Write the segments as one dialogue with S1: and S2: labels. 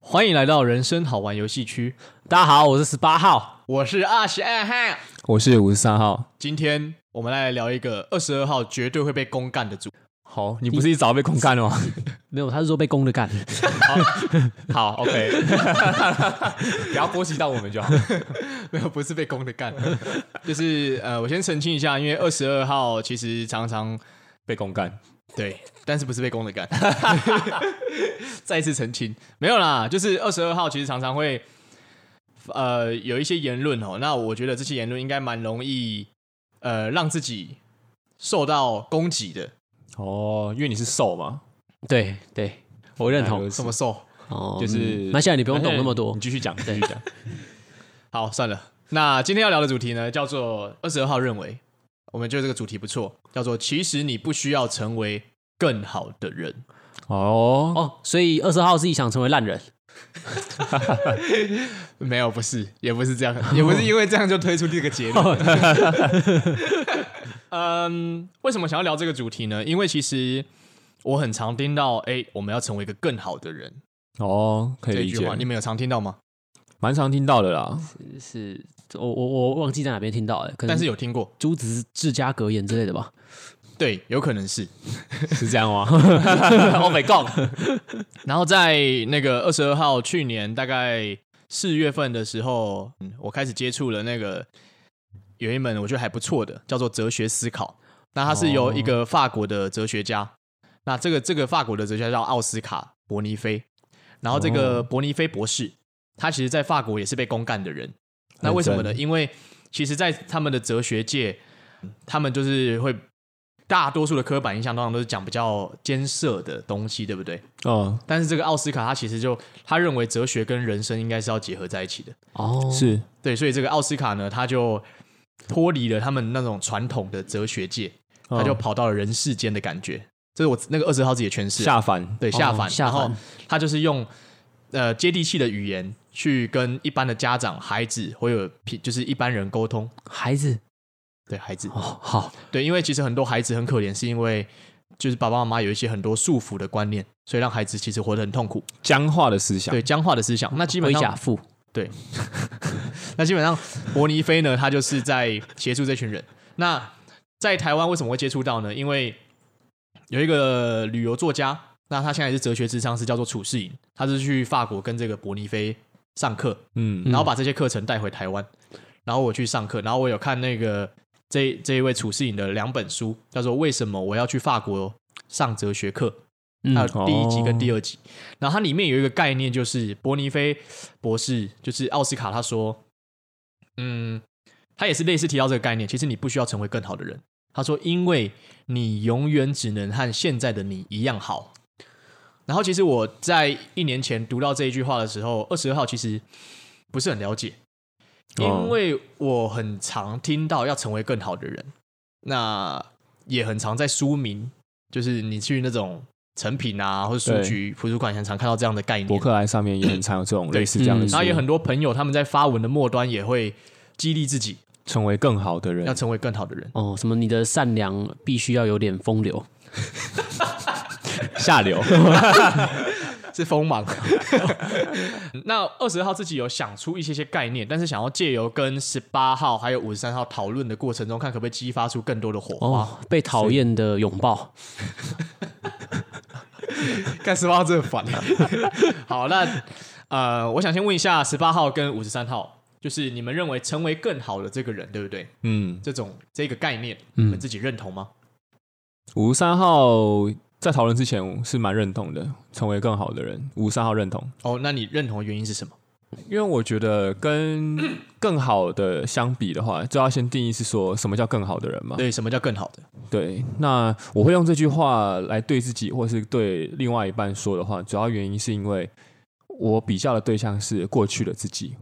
S1: 欢迎来到人生好玩游戏区。大家好，我是十八号，
S2: 我是二十二号。
S3: 我是五十三号。
S1: 今天我们来聊一个二十二号绝对会被公干的组。
S3: 好，你不是一早被空干了吗？
S4: 没有，他是说被公的 干。
S3: 好，OK，不要波及到我们就 好。
S1: 没有，不是被公的干，就是呃，我先澄清一下，因为二十二号其实常常
S3: 被空干，
S1: 对，但是不是被公的干。 再次澄清，没有啦，就是二十二号其实常常会呃有一些言论哦，那我觉得这些言论应该蛮容易呃让自己受到攻击的。
S3: 哦，因为你是瘦嘛，哎
S4: 对对，我认同。
S1: 什么受？
S4: 哦，
S3: 就是
S4: 嗯那现在你不用懂那么多
S1: 哎
S3: 你。继续讲，继续讲。
S1: 好，算了。那今天要聊的主题呢，叫做二十二号认为，我们觉得这个主题不错，叫做其实你不需要成为更好的人。
S3: 哦，
S4: 哦，所以二十号是想成为烂人。
S1: 没有，不是，也不是这 样，也不是因为这样就推出这个结
S4: 哦
S1: 论。 嗯，为什么想要聊这个主题呢？因为其实我很常听到，哎、我们要成为一个更好的人
S3: 哦，可以
S1: 这一
S3: 理
S1: 句
S3: 解
S1: 话，，你们有常听到吗？
S3: 蛮常听到的啦。
S4: 是我我我忘记在哪边听到了，可能
S1: 但是有听过，
S4: 朱子治家格言之类的吧。
S1: 对，有可能是。
S3: 是这样吗 ？Oh my god！
S1: 然后在那个二十二号去年大概四月份的时候，嗯，我开始接触了那个有一门我觉得还不错的，叫做哲学思考。那它是由一个法国的哲学家，那这个这个法国的哲学家叫奥斯卡伯尼菲，然后这个
S3: 哦
S1: 伯尼菲博士，他其实在法国也是被公干的人。那为什么呢？
S3: 认真
S1: 因为其实，在他们的哲学界，他们就是会大多数的刻板印象，通常都是讲比较艰涩的东西，对不对？
S3: 哦，
S1: 但是这个奥斯卡他其实就他认为哲学跟人生应该是要结合在一起的，
S4: 哦，
S3: 是
S1: 对，所以这个奥斯卡呢，他就脱离了他们那种传统的哲学界，
S4: 嗯
S1: 他就
S3: 哦
S1: 跑到了人世间的感觉。这是我那个二十号自己的诠释啊，
S3: 下凡。
S1: 对
S4: 哦
S1: 下凡，
S4: 下
S1: 然后
S4: 凡
S1: 他就是用呃接地气的语言去跟一般的家长、孩子或者就是一般人沟通，
S4: 孩子
S1: 对孩子，
S4: 哦，好
S1: 对，因为其实很多孩子很可怜，是因为就是爸爸妈妈有一些很多束缚的观念，所以让孩子其实活得很痛苦，
S3: 僵化的思想，
S1: 对僵化的思想。那基本
S4: 回
S1: 上
S4: 甲父
S1: 那基本上伯尼菲呢，他就是在协助这群人。那在台湾为什么会接触到呢？因为有一个旅游作家，那他现在也是哲学智商师，叫做楚世颖，他是去法国跟这个伯尼菲上课，
S3: 嗯，
S1: 然后把这些课程带回台湾，然后我去上课，然后我有看那个这这一位楚世颖的两本书，叫做《为什么我要去法国上哲学课》，
S4: 嗯
S1: 还有第一集跟第
S3: 哦
S1: 二集。然后它里面有一个概念，就是伯尼菲博士，就是奥斯卡，他说，嗯，他也是类似提到这个概念，其实你不需要成为更好的人。他说，因为你永远只能和现在的你一样好。然后，其实我在一年前读到这一句话的时候，二十二号其实不是很了解，
S3: 哦
S1: 因为我很常听到要成为更好的人，那也很常在书名，就是你去那种成品啊，或者书
S3: 对
S1: 局、图书馆，很常看到这样的概
S3: 嗯博
S1: 念。
S3: 客来上面也很常有这种类似这样的
S4: 嗯
S3: 书，
S1: 然后也很多朋友他们在发文的末端也会激励自己
S3: 成为更好的人
S1: 要。 成为更好的人。
S4: 哦，什么你的善良必须要有点风流，
S3: 下 流，
S1: 是锋芒。 那二十号自己有想出一些些概念，但是想要借由跟十八号还有五十三号讨论的过程中，看可不可以激发出更多的火花。
S4: 哦，被讨厌的拥抱，
S1: 干十八号真的烦、 啊。好，那呃，我想先问一下十八号跟五十三号，就是你们认为成为更好的这个人，对不对？
S3: 嗯，
S1: 这种这个概念，你
S4: 嗯
S1: 们自己认同吗？
S3: 五十三号在讨论之前是蛮认同的，成为更好的人。五十三号认同，
S1: 哦，那你认同的原因是什么？
S3: 因为我觉得跟更好的相比的话，就要先定义是说什么叫更好的人嘛。
S1: 对，什么叫更好的？
S3: 对，那我会用这句话来对自己或是对另外一半说的话，主要原因是因为我比较的对象是过去的自己，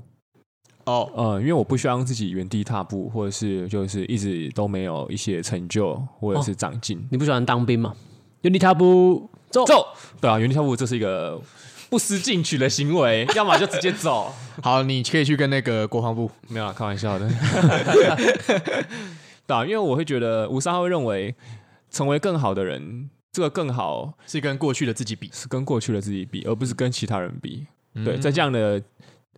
S1: 哦，
S3: 呃，因为我不需要让自己原地踏步，或者是就是一直都没有一些成就或者
S1: 哦
S3: 是长进。
S4: 你不喜欢当兵吗？有你他不走
S3: 走，对啊，原地踏步这是一个不思进取的行为，要么就直接走。
S1: 好，你可以去跟那个国防部。
S3: 没有啦，开玩笑的。 对啊，因为我会觉得吴三号会认为成为更好的人，这个更好
S1: 是跟过去的自己比
S3: 是跟过去的自己比，而不是跟其他人比。
S1: 嗯
S3: 对，在这样的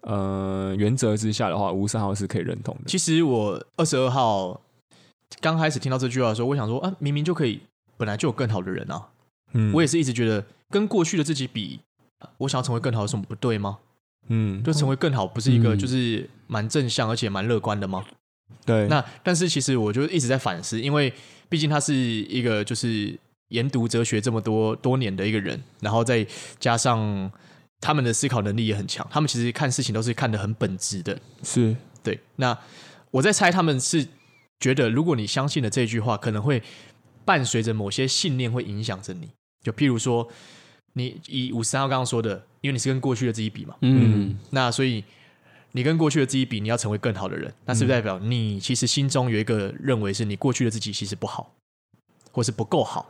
S3: 呃原则之下的话，五十三号是可以认同的。
S1: 其实我二十二号刚开始听到这句话的时候，我想说啊，明明就可以，本来就有更好的人啊。
S3: 嗯
S1: 我也是一直觉得跟过去的自己比，我想要成为更好有什么不对吗？
S3: 嗯
S1: 就成为更好，不是一个
S4: 嗯
S1: 就是蛮正向而且蛮乐观的吗？
S3: 对
S1: 那但是其实我就一直在反思，因为毕竟他是一个就是研读哲学这么多多年的一个人，然后再加上他们的思考能力也很强，他们其实看事情都是看得很本质的。
S3: 是
S1: 对，那我在猜他们是觉得，如果你相信了这句话，可能会伴随着某些信念会影响着你。就譬如说，你以五十三号刚刚说的，因为你是跟过去的自己比嘛，
S4: 嗯，
S1: 那所以你跟过去的自己比，你要成为更好的人，那是不是代表你其实心中有一个认为是你过去的自己其实不好，或是不够好？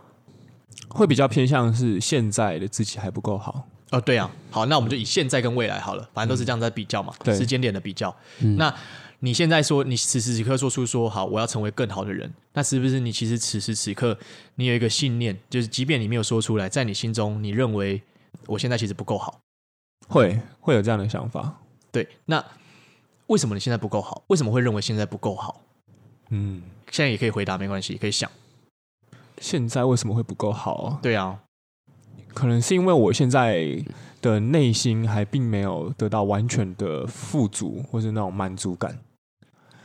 S3: 会比较偏向是现在的自己还不够好。
S1: 哦，对啊，好，那我们就以现在跟未来好了，反正都是这样在比较嘛，
S3: 对
S1: 时间点的比较。
S4: 嗯
S1: 那你现在说，你此时此刻说出说好，我要成为更好的人，那是不是你其实此时此刻你有一个信念，就是即便你没有说出来，在你心中你认为我现在其实不够好，
S3: 会会有这样的想法。
S1: 对？那为什么你现在不够好？为什么会认为现在不够好？
S3: 嗯，
S1: 现在也可以回答，没关系，也可以想。
S3: 现在为什么会不够好啊？
S1: 对啊，
S3: 可能是因为我现在的内心还并没有得到完全的富足，或是那种满足感。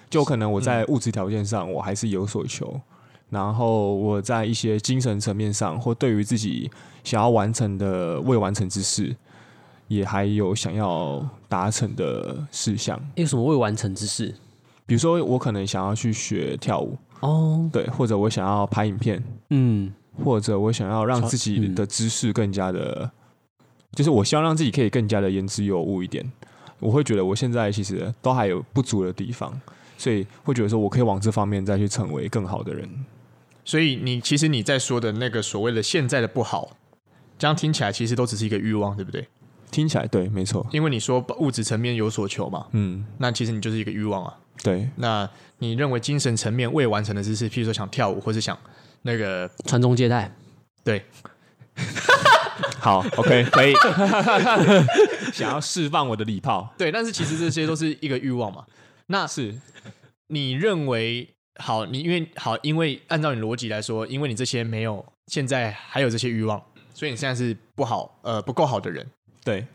S3: 就可能我在物质条件上，我还是有所求，然后我在一些精神层面上，或对于自己想要完成的未完成之事，也还有想要达成的事项。
S4: 有什么未完成之事？
S3: 比如说，我可能想要去学跳舞，
S4: 哦，
S3: 对，或者我想要拍影片，
S4: 嗯，
S3: 或者我想要让自己的知识更加的，就是我希望让自己可以更加的言之有物一点。我会觉得我现在其实都还有不足的地方，所以会觉得说我可以往这方面再去成为更好的人。
S1: 所以你其实你在说的那个所谓的现在的不好，这样听起来其实都只是一个欲望，对不对？
S3: 听起来对，没错，
S1: 因为你说物质层面有所求嘛，
S3: 嗯，
S1: 那其实你就是一个欲望啊。
S3: 对，
S1: 那你认为精神层面未完成的知识，譬如说想跳舞或是想那个
S4: 传宗接代，
S1: 对，
S3: 好，OK，可以。想要释放我的礼炮，
S1: 对，但是其实这些都是一个欲望嘛。那
S3: 是
S1: 你认为好，你因为好，因为按照你逻辑来说，因为你这些没有，现在还有这些欲望，所以你现在是不好呃不够好的人。
S3: 对，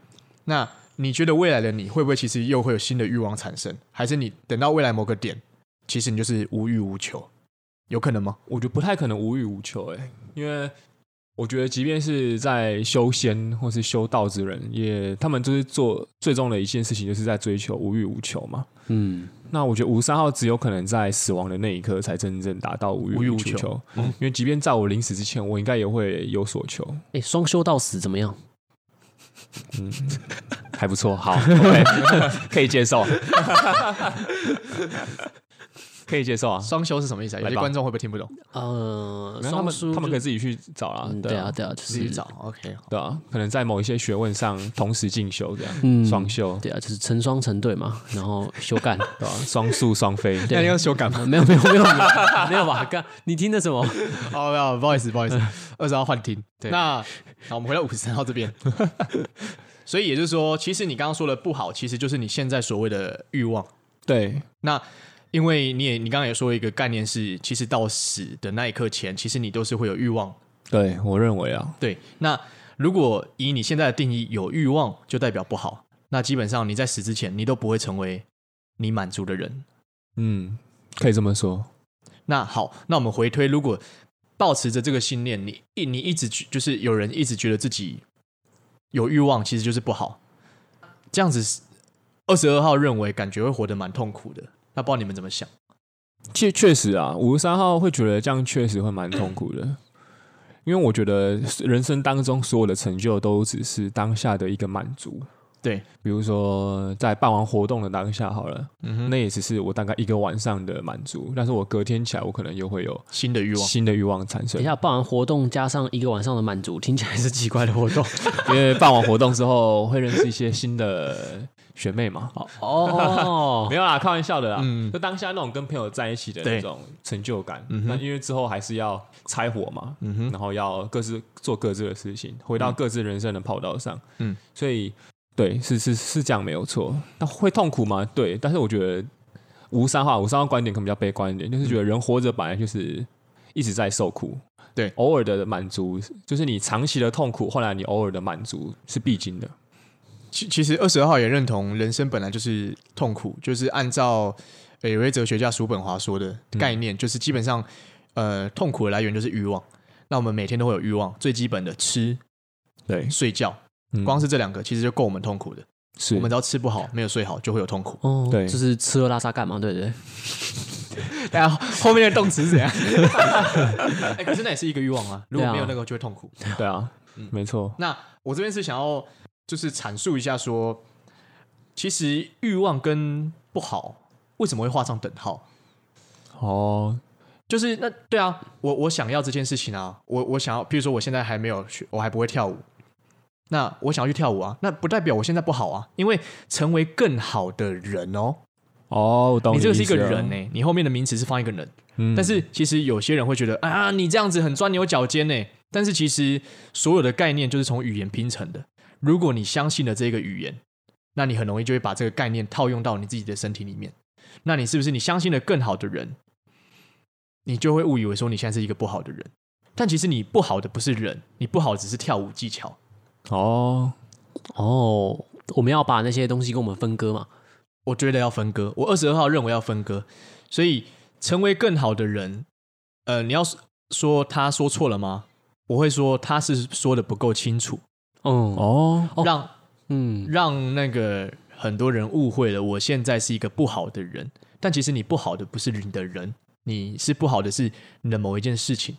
S1: 那你觉得未来的你会不会其实又会有新的欲望产生？还是你等到未来某个点，其实你就是无欲无求？有可能吗？
S3: 我觉得不太可能无欲无求、欸，因为我觉得即便是在修仙或是修道之人，也他们就是做最终的一件事情，就是在追求无欲无求嘛。
S4: 嗯，
S3: 那我觉得五三号只有可能在死亡的那一刻才真正达到无
S1: 无欲
S3: 欲
S1: 无
S3: 求，
S1: 求
S3: 因为即便在我临死之前，我应该也会有所求。
S4: 哎，双修到死怎么样？
S3: 还不错，好，OK，可以接受，可以接受啊。
S1: 双修是什么意思啊？有些
S3: 来吧
S1: 观众会不会听不懂？
S4: 呃，
S3: 然后他
S4: 双
S3: 们
S4: 修
S3: 他们
S4: 就
S3: 可以自己去找啦，
S4: 嗯
S3: 对
S4: 对啊，对啊，就
S1: 自己
S4: 是
S1: 找。OK，
S3: 对啊，可能在某一些学问上同时进修这样，
S4: 嗯
S3: 双修，
S4: 对啊，就是成双成对 嘛，然后修干。
S3: 对吧、双宿双飞，
S1: 那你要修改吗？
S4: 没有没有没有没有吧？刚你听的什么？
S1: 哦，没有，不好意思，不好意思，二十号幻听。那好，我们回到五十三号这边。所以也就是说，其实你刚刚说的不好，其实就是你现在所谓的欲望。
S3: 对，
S1: 那因为你也你刚刚也说了一个概念是，其实到死的那一刻前，其实你都是会有欲望
S3: 对我认为啊，
S1: 对，那如果以你现在的定义，有欲望就代表不好，那基本上你在死之前，你都不会成为你满足的人。
S3: 嗯，可以这么说，
S1: 那好，那我们回推，如果保持着这个信念，你一你一直去就是有人一直觉得自己有欲望，其实就是不好，这样子二十二号认为感觉会活得蛮痛苦的。那不知道你们怎么想？
S3: 确确实啊，五十三号会觉得这样确实会蛮痛苦的，因为我觉得人生当中所有的成就都只是当下的一个满足。
S1: 对，
S3: 比如说，在办完活动的当下好了，
S1: 嗯
S3: 那也只是我大概一个晚上的满足，但是我隔天起来，我可能又会有
S1: 新的欲望，
S3: 新的欲望产生
S4: 等一。下，办完活动加上一个晚上的满足，听起来是奇怪的活动。
S3: 因为办完活动之后，会认识一些新的学妹嘛。
S4: 哦。
S3: 没，有啦，开玩笑的啦。
S1: 嗯
S3: 就当下那种跟朋友在一起的
S1: 对
S3: 那种成就感，
S1: 嗯哼
S3: 那因为之后还是要拆伙嘛，
S1: 嗯哼
S3: 然后要各自做各自的事情，回到各自人生的跑道上。
S1: 嗯
S3: 嗯，所以对，是是是这样没有错。那会痛苦吗？对，但是我觉得无伤哈，无伤的观点可能比较悲观一点，就是
S1: 嗯
S3: 觉得人活着本来就是一直在受苦，
S1: 对
S3: 偶尔的满足就是你长期的痛苦，后来你偶尔的满足是必经的。
S1: 其其实二十二号也认同，人生本来就是痛苦，就是按照呃有位哲学家叔本华说的概念，就是基本上呃痛苦的来源就是欲望。那我们每天都会有欲望，最基本的吃、
S3: 对，
S1: 睡觉，光是这两个其实就够我们痛苦的。
S3: 嗯是
S1: 我们只要吃不好，没有睡好，就会有痛苦
S4: 哦，
S3: 对
S4: 就是吃喝拉撒干嘛，对不对？
S1: 然后后面的动词是怎样？ 哎、可是那也是一个欲望啊，如果没有那个就会痛苦。
S3: 对啊，
S1: 嗯
S3: 没错，
S1: 那我这边是想要就是阐述一下说，其实欲望跟不好为什么会画上等号？
S3: 哦，
S1: 就是那对啊，我我想要这件事情啊，我我想要，比如说我现在还没有学，我还不会跳舞，那我想要去跳舞啊，那不代表我现在不好啊，因为成为更好的人哦，
S3: 哦，我懂
S1: 你这个是一
S3: 意思
S1: 个
S3: 了
S1: 人呢、你后面的名词是放一个人，
S3: 嗯
S1: 但是其实有些人会觉得啊，你这样子很钻牛角尖呢。但是其实所有的概念就是从语言拼成的。如果你相信了这个语言，那你很容易就会把这个概念套用到你自己的身体里面。那你是不是你相信了更好的人，你就会误以为说你现在是一个不好的人？但其实你不好的不是人，你不好只是跳舞技巧。
S3: 哦，
S4: 哦，我们要把那些东西跟我们分割嘛。
S1: 我觉得要分割，我二十二号认为要分割，所以成为更好的人，呃，你要说说他说错了吗？我会说他是说的不够清楚，
S4: 嗯，
S3: 哦，
S4: 哦
S1: 让
S4: 嗯，
S1: 让那个很多人误会了，我现在是一个不好的人，但其实你不好的不是你的人，你是不好的是你的某一件事情。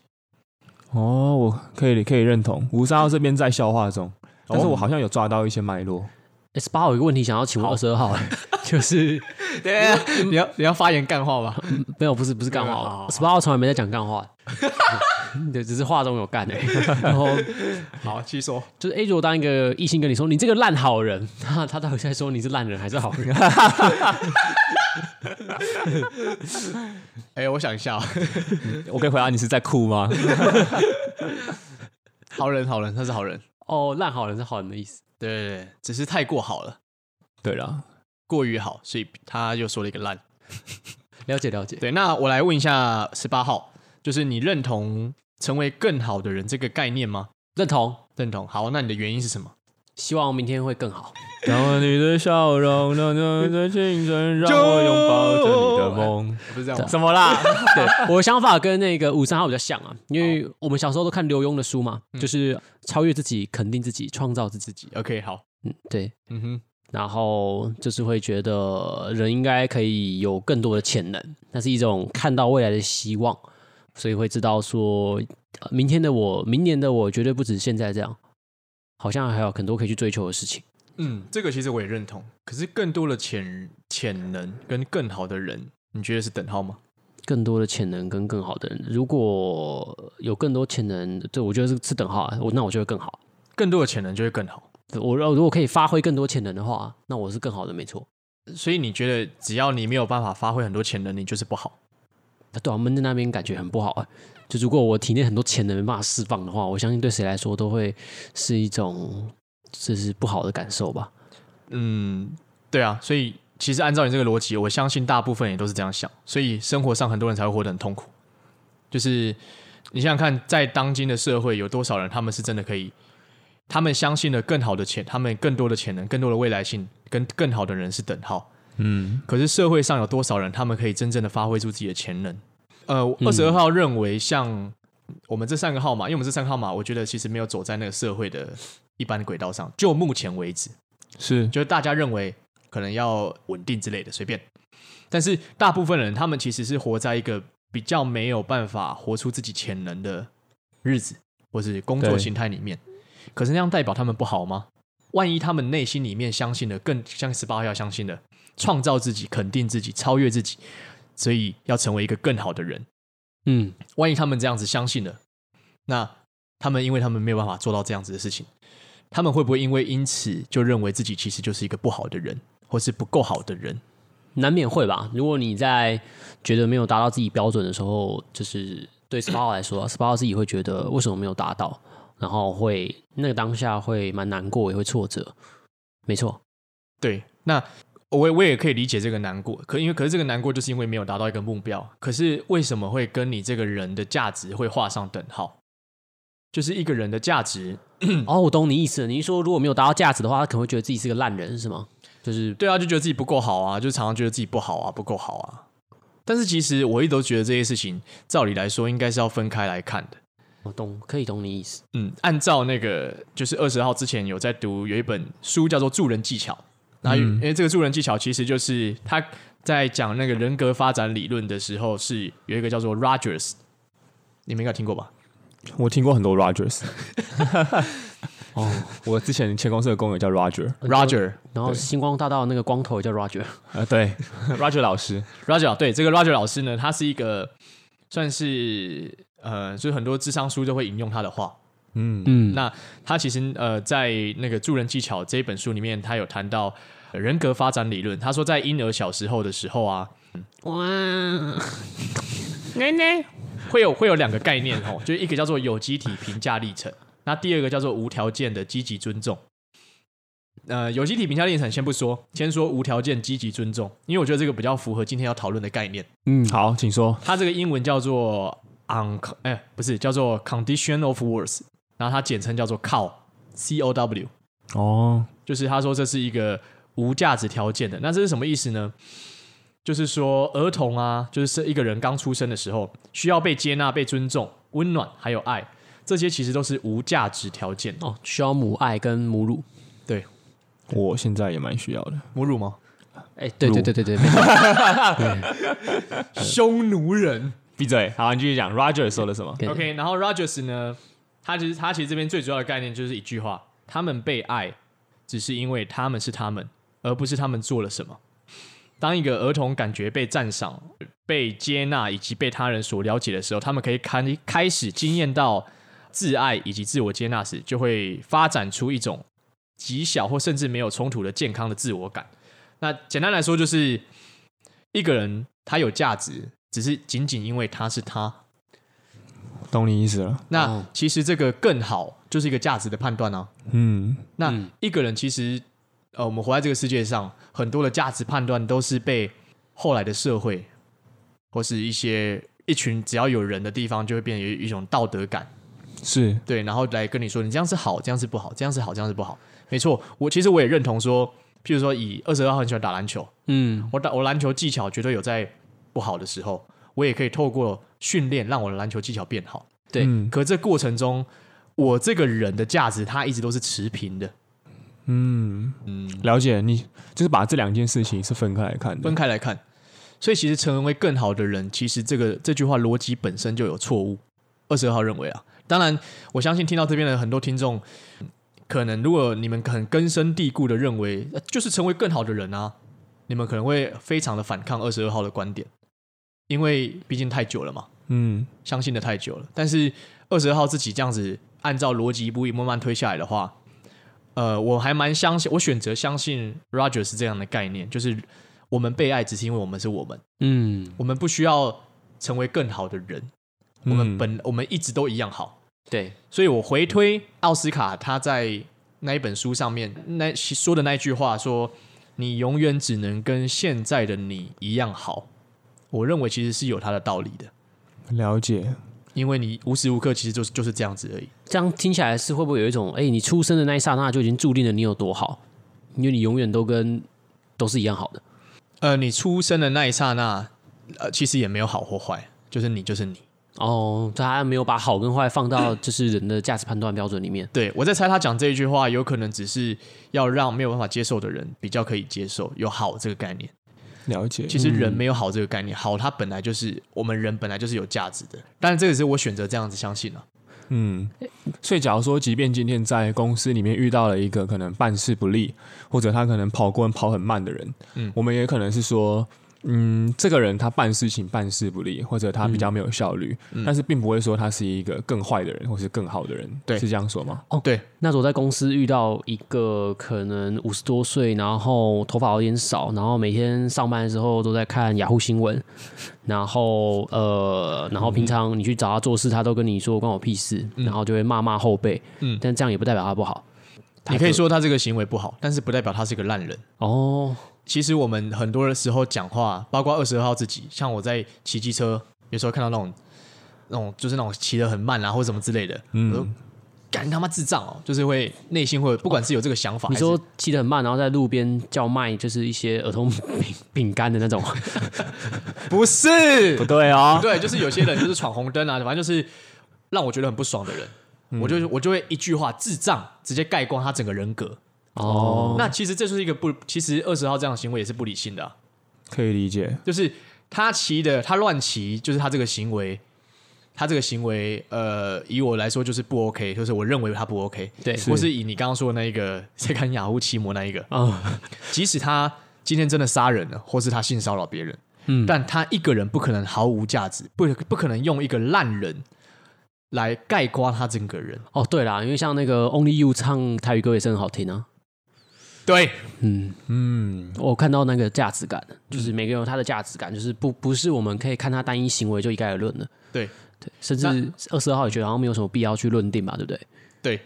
S3: 哦，我可以可以认同，吴沙号这边在消化中，但是我好像有抓到一些脉络。
S4: S 八哎有一个问题想要请问二十二号， 就是
S1: 对啊，你要你要发言干话 吧？
S4: 没有，不是不是干
S1: 好好
S4: 话
S1: 好
S4: ，S 八号从来没在讲干话， 对，只是话中有 干而已。然后
S1: 好，继续说。
S4: 就是 A 如果当一个异性跟你说你这个烂好人， 他他到底在说你是烂人还是好人？
S1: 哎、我想一下、哦，
S3: 我可以回答你是在哭吗？
S1: 好人好人，他是好人，
S4: 哦，烂好人是好人的意思。
S1: 对对对，只是太过好了，
S3: 对了，
S1: 过于好，所以他就说了一个烂。
S4: 了解了解，
S1: 对，那我来问一下十八号，就是你认同成为更好的人这个概念吗？
S4: 认同。
S1: 认同。好，那你的原因是什么？
S4: 希望明天会更好。
S3: 然后你的笑容，让我的青春，让我拥抱着你的梦。
S1: 不是这样吗？
S3: 什么啦？
S4: 对，我的想法跟那个五三号比较像啊，因为我们小时候都看刘墉的书嘛，就是超越自己、肯定自己、创造自己。
S1: OK，好，
S4: 嗯，对。
S1: 嗯哼，
S4: 然后就是会觉得人应该可以有更多的潜能，那是一种看到未来的希望，所以会知道说，呃明天的我，明年的我绝对不止现在这样，好像还有很多可以去追求的事情。
S1: 嗯，这个其实我也认同。可是更多的潜潜能跟更好的人，你觉得是等号吗？
S4: 更多的潜能跟更好的人，如果有更多潜能，对我觉得是是等号啊，我那我就会更好。
S1: 更多的潜能就会更好。
S4: 我如果可以发挥更多潜能的话，那我是更好的，没错。
S1: 所以你觉得只要你没有办法发挥很多潜能，你就是不好。
S4: 对啊，闷在那边感觉很不好啊。就如果我体内很多潜能没办法释放的话，我相信对谁来说都会是一种就是不好的感受吧。
S1: 嗯，对啊。所以其实按照你这个逻辑，我相信大部分也都是这样想。所以生活上很多人才会活得很痛苦。就是你想想看，在当今的社会，有多少人他们是真的可以，他们相信了更好的潜，他们更多的潜能，更多的未来性，跟更好的人是等号。
S3: 嗯，
S1: 可是社会上有多少人，他们可以真正的发挥出自己的潜能？呃，
S4: 嗯
S1: 二十二号认为像我们这三个号码，因为我们这三个号码，我觉得其实没有走在那个社会的一般轨道上。就目前为止，
S3: 是
S1: 就是大家认为可能要稳定之类的，随便。但是大部分人他们其实是活在一个比较没有办法活出自己潜能的日子，或是工作
S3: 对
S1: 形态里面。可是那样代表他们不好吗？万一他们内心里面相信的更像十八号要相信的，创造自己、肯定自己、超越自己，所以要成为一个更好的人。
S4: 嗯，
S1: 万一他们这样子相信了，那他们因为他们没有办法做到这样子的事情，他们会不会因为因此就认为自己其实就是一个不好的人，或是不够好的人？
S4: 难免会吧。如果你在觉得没有达到自己标准的时候，就是对十八号来说，十八号自己会觉得为什么没有达到，然后会那个当下会蛮难过，也会挫折。没错，
S1: 对，那我我也可以理解这个难过，可因为可是这个难过就是因为没有达到一个目标，可是为什么会跟你这个人的价值会画上等号？就是一个人的价值，
S4: 哦，我懂你意思了。你是说如果没有达到价值的话，他可能会觉得自己是个烂人，是吗？就是
S1: 对啊，就觉得自己不够好啊，就常常觉得自己不好啊，不够好啊。但是其实我一直都觉得这些事情，照理来说应该是要分开来看的。
S4: 我哦懂，可以懂你意思。
S1: 嗯，按照那个就是二十号之前有在读有一本书叫做《助人技巧》，然后因为这个助人技巧其实就是他在讲那个人格发展理论的时候，是有一个叫做 Rogers，你们应该听过吧？
S3: 我听过很多 Rogers。哦， 我之前前公司的工友叫 Roger，
S1: Roger，
S4: 然后星光大道那个光头也叫 Roger，
S3: 呃，对 ，Roger 老师，
S1: Roger，对这个 Roger 老师呢，他是一个算是呃，就是很多智商书都会引用他的话。
S3: 嗯，
S4: 嗯，
S1: 那他其实呃，在那个《助人技巧》这一本书里面，他有谈到呃人格发展理论。他说，在婴儿小时候的时候啊，
S4: 哇，
S1: 会有会有两个概念哦，就是一个叫做有机体评价历程，那第二个叫做无条件的积极尊重。呃，有机体评价历程先不说，先说无条件积极尊重，因为我觉得这个比较符合今天要讨论的概念。
S4: 嗯，
S3: 好，请说。
S1: 它这个英文叫做 on，哎、不是叫做 condition of worth，然后它简称叫做 cow，c o w，
S3: 哦，
S1: 就是他说这是一个无价值条件的。那这是什么意思呢？就是说儿童啊，就是一个人刚出生的时候，需要被接纳、被尊重、温暖还有爱，这些其实都是无价值条件。
S4: 哦，需要母爱跟母乳。
S1: 对，
S3: 我现在也蛮需要的。
S1: 母乳吗？
S4: 哎，对对对对对，没错
S1: 匈奴人。
S3: 闭嘴，好，你继续讲。Roger 说了什么？
S4: 对
S1: OK，然后 Rogers 呢，他其实他其实这边最主要的概念就是一句话：他们被爱，只是因为他们是他们，而不是他们做了什么。当一个儿童感觉被赞赏、被接纳以及被他人所了解的时候，他们可以开开始经验到自爱以及自我接纳时，就会发展出一种极小或甚至没有冲突的健康的自我感。那简单来说，就是一个人他有价值，只是仅仅因为他是他，
S3: 懂你意思了。
S1: 那
S4: 哦
S1: 其实这个更好，就是一个价值的判断啊。
S3: 嗯，
S1: 那一个人其实，呃，我们活在这个世界上，很多的价值判断都是被后来的社会或是一些一群只要有人的地方，就会变成有一种道德感，
S3: 是
S1: 对，然后来跟你说你这样是好，这样是不好，这样是好，这样是不好。没错，我其实我也认同说，譬如说以二十二号很喜欢打篮球，
S4: 嗯，
S1: 我打我篮球技巧绝对有在不好的时候，我也可以透过训练让我的篮球技巧变好。
S4: 对，
S3: 嗯
S1: 可这过程中，我这个人的价值，它一直都是持平的。
S3: 嗯嗯，了解。你就是把这两件事情是分开来看的
S1: 分。开来看，所以其实成为更好的人，其实这个这句话逻辑本身就有错误。二十二号认为啊，当然，我相信听到这边的很多听众，可能如果你们很根深蒂固的认为、呃就是成为更好的人啊，你们可能会非常的反抗二十二号的观点，因为毕竟太久了嘛。
S3: 嗯，
S1: 相信的太久了。但是二十号自己这样子按照逻辑一步一步慢慢推下来的话，呃，我还蛮相信，我选择相信 Roger 是这样的概念，就是我们被爱只是因为我们是我们，
S4: 嗯，
S1: 我们不需要成为更好的人，我们本、我们一直都一样好。
S4: 对，
S1: 所以我回推奥斯卡他在那一本书上面那说的那一句话说。你永远只能跟现在的你一样好，我认为其实是有它的道理的。
S3: 嗯了解。
S1: 因为你无时无刻其实就是就是这样子而已。
S4: 这样听起来是会不会有一种，哎，你出生的那一刹那就已经注定了你有多好，因为你永远都跟都是一样好的。
S1: 呃，你出生的那一刹那，呃，其实也没有好或坏，就是你就是你。
S4: 哦，他没有把好跟坏放到就是人的价值判断标准里面。
S1: 对我在猜，他讲这一句话，有可能只是要让没有办法接受的人比较可以接受有好这个概念。
S3: 了解，嗯
S1: 其实人没有好这个概念，好它本来就是我们人本来就是有价值的。但是这个是我选择这样子相信了、
S3: 嗯，所以假如说，即便今天在公司里面遇到了一个可能办事不力，或者他可能跑过跑很慢的人，
S1: 嗯
S3: 我们也可能是说，嗯，这个人他办事情办事不力，或者他比较没有效率，但是并不会说他是一个更坏的人，或是更好的人，
S1: 对
S3: 是这样说吗？
S1: 哦，对，
S4: 那时候我在公司遇到一个可能五十多岁，然后头发有点少，然后每天上班的时候都在看雅虎新闻， 然后呃，然后平常你去找他做事，他都跟你说关我屁事，然后就会骂骂后辈。
S1: 嗯
S4: 但这样也不代表他不好。他
S1: 你可以
S4: 的
S1: 说他这个行为不好，但是不代表他是个烂人。
S4: 哦，
S1: 其实我们很多的时候讲话，包括二十二号自己，像我在骑机车，有时候看到那种那种就是那种骑得很慢啊，或者什么之类的，
S4: 嗯
S1: 我说干他妈智障哦，就是会内心会有不管是有这个想法，
S4: 你
S1: 还是
S4: 说骑得很慢，然后在路边叫卖，就是一些儿童饼饼干的那种，
S1: 不是？
S3: 不对
S4: 啊
S3: 哦，
S1: 对，就是有些人就是闯红灯啊，反正就是让我觉得很不爽的人，
S4: 嗯
S1: 我就我就会一句话“智障”直接盖光他整个人格。
S4: 哦，
S1: 那其实这就是一个不，其实二十号这样的行为也是不理性的啊、
S3: 可以理解。
S1: 就是他骑的他乱骑，就是他这个行为，他这个行为，呃，以我来说就是不 OK，就是我认为他不 OK，
S4: 对
S1: 或是以你刚刚说的那一个 谁看雅虎奇摩那一个，
S4: 啊，
S1: 即使他今天真的杀人了，或是他性骚扰别人，
S4: 嗯
S1: 但他一个人不可能毫无价值，不不可能用一个烂人来概括他整个人。
S4: 哦，对啦，因为像那个 Only You 唱台语歌也是很好听啊。
S1: 对，
S4: 嗯，
S3: 嗯，
S4: 我看到那个价值感，就是每个人有他的价值感，就是不不是我们可以看他单一行为就一概而论的。
S1: 对
S4: 对，甚至二十二号也觉得好像没有什么必要去论定吧，对不对？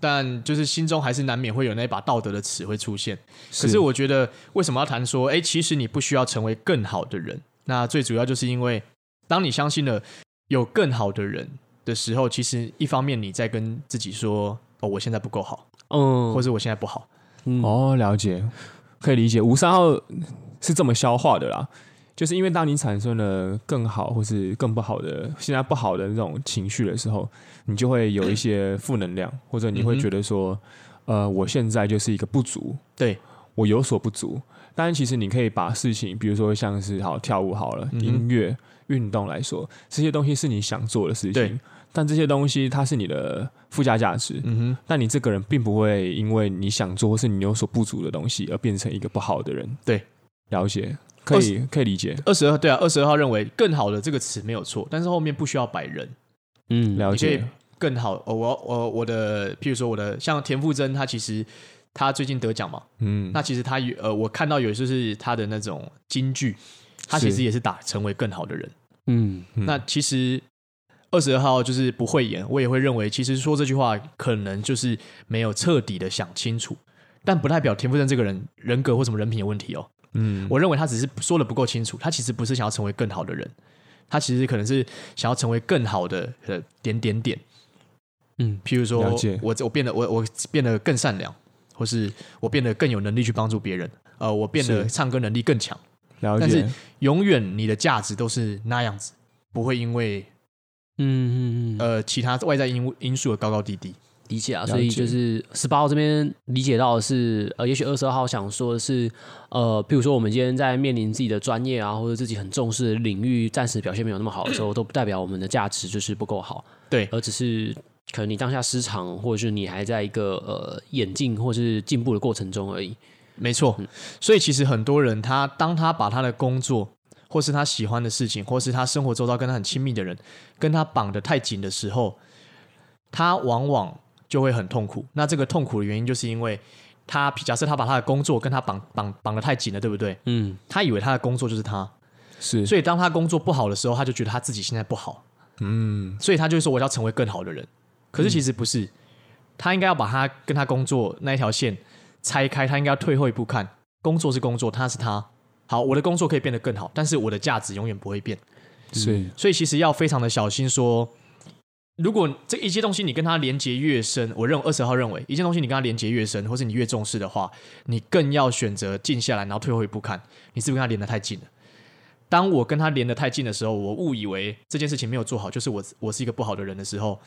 S1: 但就是心中还是难免会有那把道德的尺会出现。可是我觉得为什么要谈说，哎，其实你不需要成为更好的人。那最主要就是因为，当你相信了有更好的人的时候，其实一方面你在跟自己说，哦，我现在不够好，
S4: 嗯，
S1: 或者我现在不好。
S4: 嗯
S3: 哦，了解，可以理解。五三号是这么消化的啦，就是因为当你产生了更好或是更不好的，现在不好的那种情绪的时候，你就会有一些负能 量，或者你会
S1: 嗯哼
S3: 觉得说，呃，我现在就是一个不足，
S1: 对，
S3: 我有所不足。当然，其实你可以把事情，比如说像是好跳舞好了，
S1: 嗯哼
S3: 音乐、运动来说，这些东西是你想做的事
S1: 对
S3: 情，但这些东西它是你的附加价值，
S1: 嗯哼，
S3: 但你这个人并不会因为你想做或是你有所不足的东西而变成一个不好的人。
S1: 对，
S3: 了解，可以可以理解，
S1: 二十二对啊，二十二号认为更好的这个词没有错，但是后面不需要摆人，
S4: 嗯，
S3: 了
S1: 你可
S3: 解
S1: 以。更好。哦、我我我的，譬如说我的，像田馥甄，她其实她最近得奖嘛，
S3: 嗯，
S1: 那其实她有呃，我看到有就是她的那种金句，她其实
S3: 是
S1: 也是打成为更好的人。
S4: 嗯，
S3: 嗯
S1: 那其实二十二号就是不会演，我也会认为，其实说这句话可能就是没有彻底的想清楚，但不代表田馥甄这个人人格或什么人品有问题哦。
S3: 嗯，
S1: 我认为他只是说的不够清楚，他其实不是想要成为更好的人，他其实可能是想要成为更好的呃点点点。
S4: 嗯，
S1: 譬如说
S3: 了解，
S1: 我我变得我我变得更善良，或是我变得更有能力去帮助别人，呃，我变得
S3: 是
S1: 唱歌能力更强。
S3: 了
S1: 但是
S3: 解，
S1: 永远你的价值都是那样子，不会因为
S4: 嗯嗯嗯，
S1: 呃其他外在因因素的高高低低。
S4: 理解啊，
S3: 了解
S4: 所以就是十八号这边理解到的是，呃，也许二十二号想说的是，呃，比如说我们今天在面临自己的专业啊，或者自己很重视的领域，暂时表现没有那么好的时候，都不代表我们的价值就是不够好，
S1: 对
S4: 而只是可能你当下失常，或者是你还在一个呃演进或是进步的过程中而已。
S1: 没错，嗯所以其实很多人他当他把他的工作，或是他喜欢的事情，或是他生活周遭跟他很亲密的人，跟他绑得太紧的时候，他往往就会很痛苦。那这个痛苦的原因，就是因为他假设他把他的工作跟他绑绑绑得太紧了，对不对？
S4: 嗯，
S1: 他以为他的工作就是他，
S3: 是，
S1: 所以当他工作不好的时候，他就觉得他自己现在不好，
S3: 嗯，
S1: 所以他就会说我要成为更好的人。可是其实不是，他应该要把他跟他工作那一条线拆开，他应该要退后一步看，工作是工作，他是他。好，我的工作可以变得更好，但是我的价值永远不会变。
S4: 嗯
S3: 是，
S1: 所以其实要非常的小心说。如果这一些东西你跟他连接越深，我认二十号认为一件东西你跟他连接越深，或是你越重视的话，你更要选择静下来，然后退后一步看，你是不是跟他连得太近了。当我跟他连得太近的时候，我误以为这件事情没有做好，就是我我是一个不好的人的时候，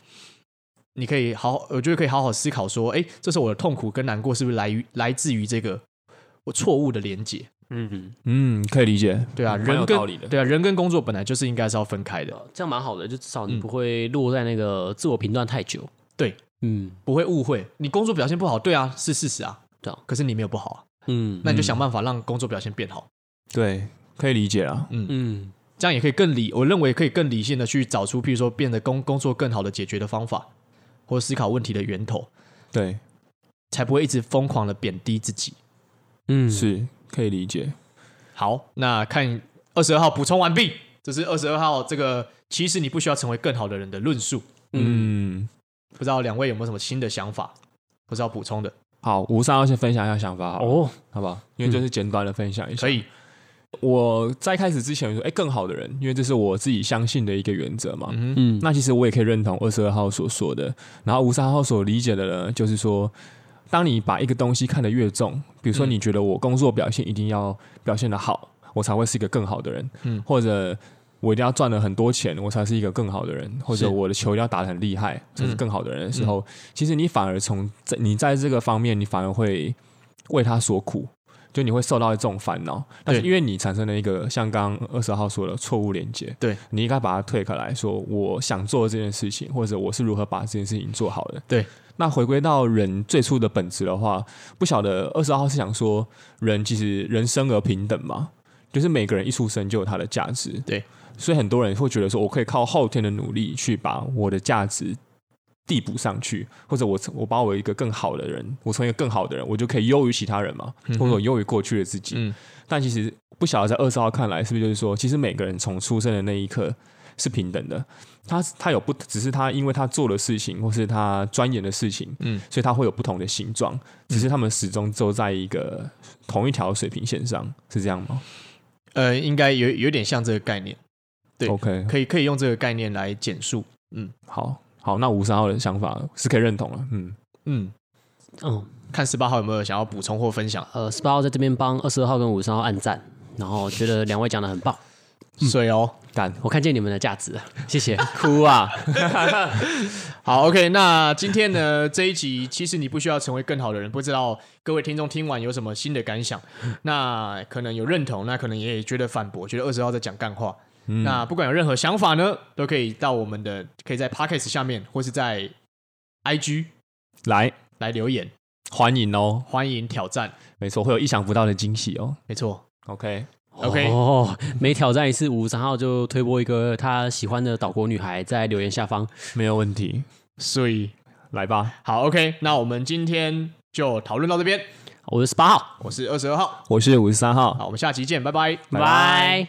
S1: 你可以好，我觉得可以好好思考说，诶，这是我的痛苦跟难过是不是来于来自于这个我错误的连接？
S4: 嗯，
S3: 嗯，可以理解，
S1: 对啊，
S3: 蛮
S1: 人
S3: 有
S1: 跟
S3: 道理的
S1: 对啊，人跟工作本来就是应该是要分开的。
S4: 啊这样蛮好的，就至少你
S1: 嗯
S4: 不会落在那个自我评断太久。
S1: 对，
S4: 嗯
S1: 不会误会。你工作表现不好，对啊，是事实啊，
S4: 对啊
S1: 可是你没有不好啊，
S4: 嗯
S1: 那你就想办法让工作表现变好，
S3: 对，可以理解啊，
S4: 嗯
S1: 这样也可以更理，我认为可以更理性的去找出，譬如说变得工工作更好的解决的方法，或思考问题的源头，
S3: 对，
S1: 才不会一直疯狂的贬低自己。
S4: 嗯，
S3: 是可以理解，
S1: 好，那看二十二号补充完毕，这是二十二号这个其实你不需要成为更好的人的论述。
S4: 嗯
S3: 嗯，
S1: 不知道两位有没有什么新的想法？或是要补充的？
S3: 好，吴三要先分享一下想法好了，
S4: 哦，
S3: 好不好？因为就是简短的分享一
S1: 嗯
S3: 下。
S1: 可以，
S3: 我在开始之前说，哎、更好的人，因为这是我自己相信的一个原则嘛。
S1: 嗯哼，
S4: 嗯，
S3: 那其实我也可以认同二十二号所说的，然后五十二号所理解的呢，就是说，当你把一个东西看得越重，比如说
S1: 嗯
S3: 你觉得我工作表现一定要表现得好，我才会是一个更好的人，
S1: 嗯
S3: 或者我一定要赚了很多钱，我才是一个更好的人，或者
S1: 是嗯
S3: 我的球一定要打得很厉害，才是更好的人的时候，其实你反而从在你在这个方面，你反而会为他所苦。就你会受到这种烦恼，但是
S1: 对
S3: 因为你产生了一个像刚二十号说的错误连接，
S1: 对
S3: 你应该把它退开来说，我想做这件事情，或者我是如何把这件事情做好的。
S1: 对，
S3: 那回归到人最初的本质的话，不晓得二十号是想说，人其实人生而平等嘛，就是每个人一出生就有他的价值。
S1: 对，
S3: 所以很多人会觉得说，我可以靠后天的努力去把我的价值。递补上去，或者我我把我一个更好的人，我成为一个更好的人，我就可以优于其他人嘛，
S1: 嗯哼
S3: 或者我优于过去的自己。
S1: 嗯，
S3: 但其实不晓得在二十号看来，是不是就是说，其实每个人从出生的那一刻是平等的。他他有不，只是他因为他做的事情或是他钻研的事情，
S1: 嗯，
S3: 所以他会有不同的形状，只是他们始终都在一个同一条水平线上，是这样吗？
S1: 呃，应该有有点像这个概念，对
S3: o k
S1: 可以可以用这个概念来简述。
S3: 好好，那五三号的想法是可以认同了，嗯，
S1: 嗯，
S4: 嗯，
S1: 看十八号有没有想要补充或分享？
S4: 呃，十八号在这边帮二十二号跟五十号按赞，然后觉得两位讲的很棒，
S1: 水哦，
S3: 干，
S4: 我看见你们的价值了，谢谢， 哭啊，
S1: 好，OK，那今天呢这一集，其实你不需要成为更好的人，不知道各位听众听完有什么新的感想？那可能有认同，那可能也觉得反驳，觉得二十号在讲干话。那不管有任何想法呢，都可以到我们的，可以在 Podcast 下面，或是在 IG
S3: 来
S1: 来留言，
S3: 欢迎哦，
S1: 欢迎挑战。
S3: 没错，会有意想不到的惊喜哦
S1: 没错，
S3: ，OK，
S1: OK
S4: 哦，每挑战一次，五十号就推播一个他喜欢的岛国女孩，在留言下方。
S3: 没有问题，
S1: 所以
S3: 来吧，
S1: 好，OK，那我们今天就讨论到这边。
S4: 我是十八号，
S1: 我是二十二号，
S3: 我是五十三号，
S1: 好，我们下期见，拜拜，
S4: 拜拜